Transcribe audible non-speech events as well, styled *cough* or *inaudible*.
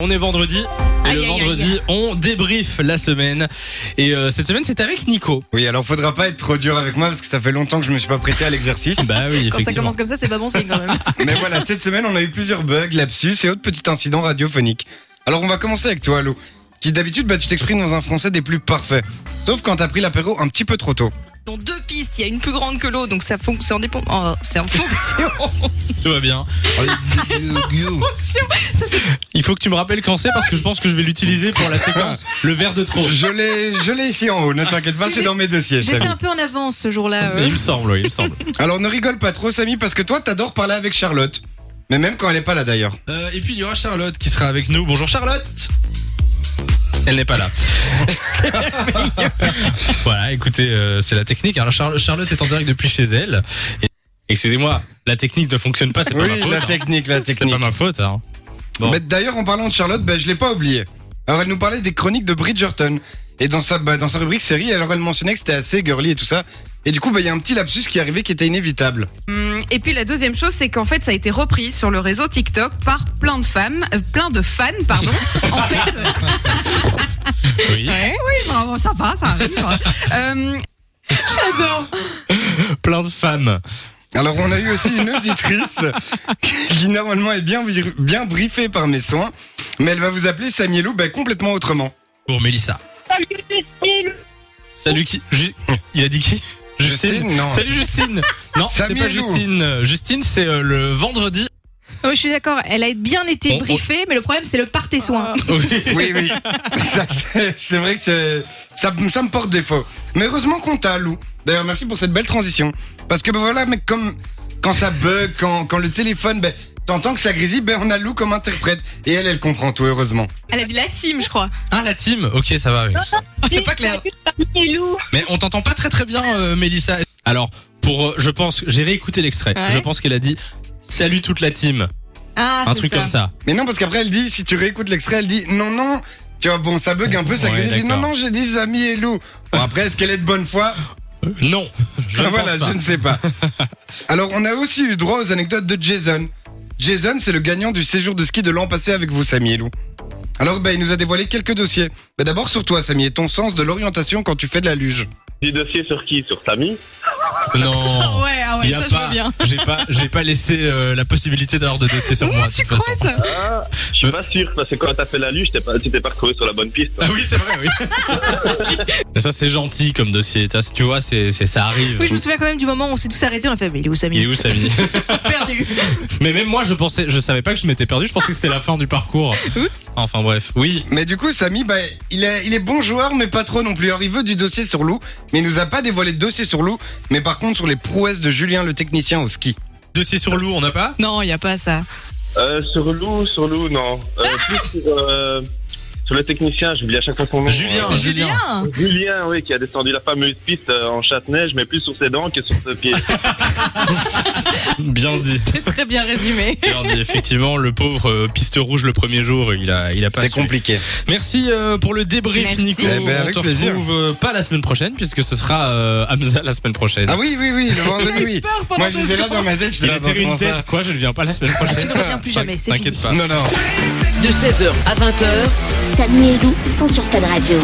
On est vendredi et Aïe, le aïe, vendredi aïe. on débrief la semaine et euh, cette semaine c'est avec Nico. Oui, alors faudra pas être trop dur avec moi parce que ça fait longtemps que je me suis pas prêté à l'exercice. *laughs* Bah oui, Quand ça commence comme ça, c'est pas bon signe quand même. *laughs* Mais voilà, cette semaine, on a eu plusieurs bugs, lapsus et autres petits incidents radiophoniques. Alors on va commencer avec toi, Lou, qui d'habitude, bah, tu t'exprimes dans un français des plus parfaits. Sauf quand t'as pris l'apéro un petit peu trop tôt. Dans deux pistes, il y a une plus grande que l'autre, donc ça fonc- c'est en dépend. oh, c'est en fonction. Tout va bien. fonction. Ça, c'est- Il faut que tu me rappelles quand c'est parce que je pense que je vais l'utiliser pour la *laughs* séquence le verre de trop. Je l'ai, je l'ai ici en haut, ne t'inquiète pas, c'est dans mes *laughs* dossiers, J'étais Samy. un peu en avance ce jour-là. Mais euh. il me semble, oui, il me semble. Alors ne rigole pas trop, Samy, parce que toi, t'adores parler avec Charlotte. Mais même quand elle est pas là d'ailleurs. *laughs* Euh, et puis il y aura Charlotte qui sera avec nous. Bonjour Charlotte. Elle n'est pas *laughs* là. voilà, écoutez, euh, c'est la technique. Alors Char- Charlotte est en direct depuis chez elle. Et- Excusez-moi, la technique ne fonctionne pas, c'est pas Oui, ma faute. la hein. technique, la C'est technique. pas ma faute. hein. Bon. Bah, D'ailleurs, en parlant de Charlotte, bah, je l'ai pas oublié. Alors, elle nous parlait des chroniques de Bridgerton. Et dans sa, bah, dans sa rubrique série, alors elle mentionnait que c'était assez girly et tout ça. Et du coup, bah, il y a un petit lapsus qui est arrivé qui était inévitable. Hum, Et puis la deuxième chose, c'est qu'en fait, ça a été repris sur le réseau TikTok par plein de femmes, euh, plein de fans, *laughs* pardon. en fait, Oui. ouais, oui, bon, ça va, *laughs* ça arrive. Hum, Plein de femmes. Alors, on a eu aussi une auditrice *laughs* qui, normalement, est bien, vir- bien briefée par mes soins. Mais elle va vous appeler Samielou bah, complètement autrement. Pour Mélissa. Salut qui Ju- Il a dit qui Justine, non. Salut Justine. Non, c'est Samy pas et Lou. Justine. Euh, Justine, c'est euh, le vendredi. Non, mais Ah je suis d'accord, elle a bien été On- on- briefée, mais le problème c'est le part tes soins. Oui, oui. Ça, c'est- C'est vrai que c'est- ça, ça me porte défaut. Mais heureusement qu'on t'a, Lou. D'ailleurs, merci pour cette belle transition. Parce que ben voilà, mais comme quand ça bug, quand, quand le téléphone, ben, t'entends que ça grésille, ben on a Lou comme interprète. Et elle, elle comprend tout, heureusement. Elle a dit la team, je crois. Ah la team. Ok, ça va. oui. Ah, C'est pas clair. Mais on t'entend pas très très bien, euh, Mélissa. Alors, pour, euh, je pense, j'ai réécouté l'extrait. Ouais. Je pense qu'elle a dit salut toute la team, Ah, un c'est truc ça. comme ça. Mais non, parce qu'après, elle dit, si tu réécoutes l'extrait, elle dit, non, non. Tu vois, bon, ça bug un peu, ça Ouais, grésille. Elle dit, non, d'accord. non, j'ai dit Samy et Lou. Bon, après, est-ce qu'elle est de bonne foi Euh, non. Je Ah, ne voilà, pense pas. je ne *laughs* sais pas. Alors, on a aussi eu droit aux anecdotes de Jason. Jason, c'est le gagnant du séjour de ski de l'an passé avec vous, Samy et Lou. Alors, bah, il nous a dévoilé quelques dossiers. Bah, D'abord sur toi, Samy, et ton sens de l'orientation quand tu fais de la luge. Du dossier sur qui Sur Samy Non. *laughs* Ouais, ah Il ouais, y a ça je pas, veux bien. j'ai pas, j'ai pas laissé euh, la possibilité d'avoir de dossier sur moi. de Tu toute façon. crois ça ah, Je suis pas sûr, parce que quand t'as fait la luge, t'es pas- tu t'es pas retrouvé sur la bonne piste. Ah oui, c'est vrai, oui. *laughs* ça, c'est gentil comme dossier. T'as- Tu vois, c'est, c'est- ça arrive. Oui, je me souviens quand même du moment où on s'est tous arrêtés, on a fait, mais il est où Il est Samy où, Samy *laughs* Perdu. Mais même moi, je pensais, je savais pas que je m'étais perdu. Je pensais que c'était la fin du parcours. Oups. Enfin bref, oui. Mais du coup, Samy, bah, il, est, il est bon joueur, mais pas trop non plus. Alors, il veut du dossier sur Lou, mais il nous a pas dévoilé de dossier sur Lou, mais par contre sur les prouesses de Julien, le technicien au ski. Dossier sur loup, on n'a pas Non, il y a pas ça. Euh, sur Lou, sur Lou, non. Euh, plus sur, euh, sur le technicien, j'oublie à chaque fois son nom. Julien, Euh, Julien. Oh, Julien Julien, oui, qui a descendu la fameuse piste euh, en chasse-neige, mais plus sur ses dents que sur ses pieds. Bien dit. C'est très bien résumé. Bien dit. Effectivement, le pauvre euh, piste rouge le premier jour, il a, il a pas. C'est assuré. compliqué. Merci euh, pour le débrief, Merci. Nico. Eh ben, avec on te plaisir. retrouve euh, pas la semaine prochaine puisque ce sera euh, Hamza la semaine prochaine. Ah oui, oui, oui, le *laughs* vendredi, oui. peur pendant Moi, deux j'étais là dans ma tête, je il a là, tiré une comment tête. ça Quoi, je ne viens pas la semaine prochaine. Ah, Tu ne reviens plus jamais, c'est T'inquiète fini. pas. Non, non. De 16h à 20h, Samy et Lou sont sur Fun Radio.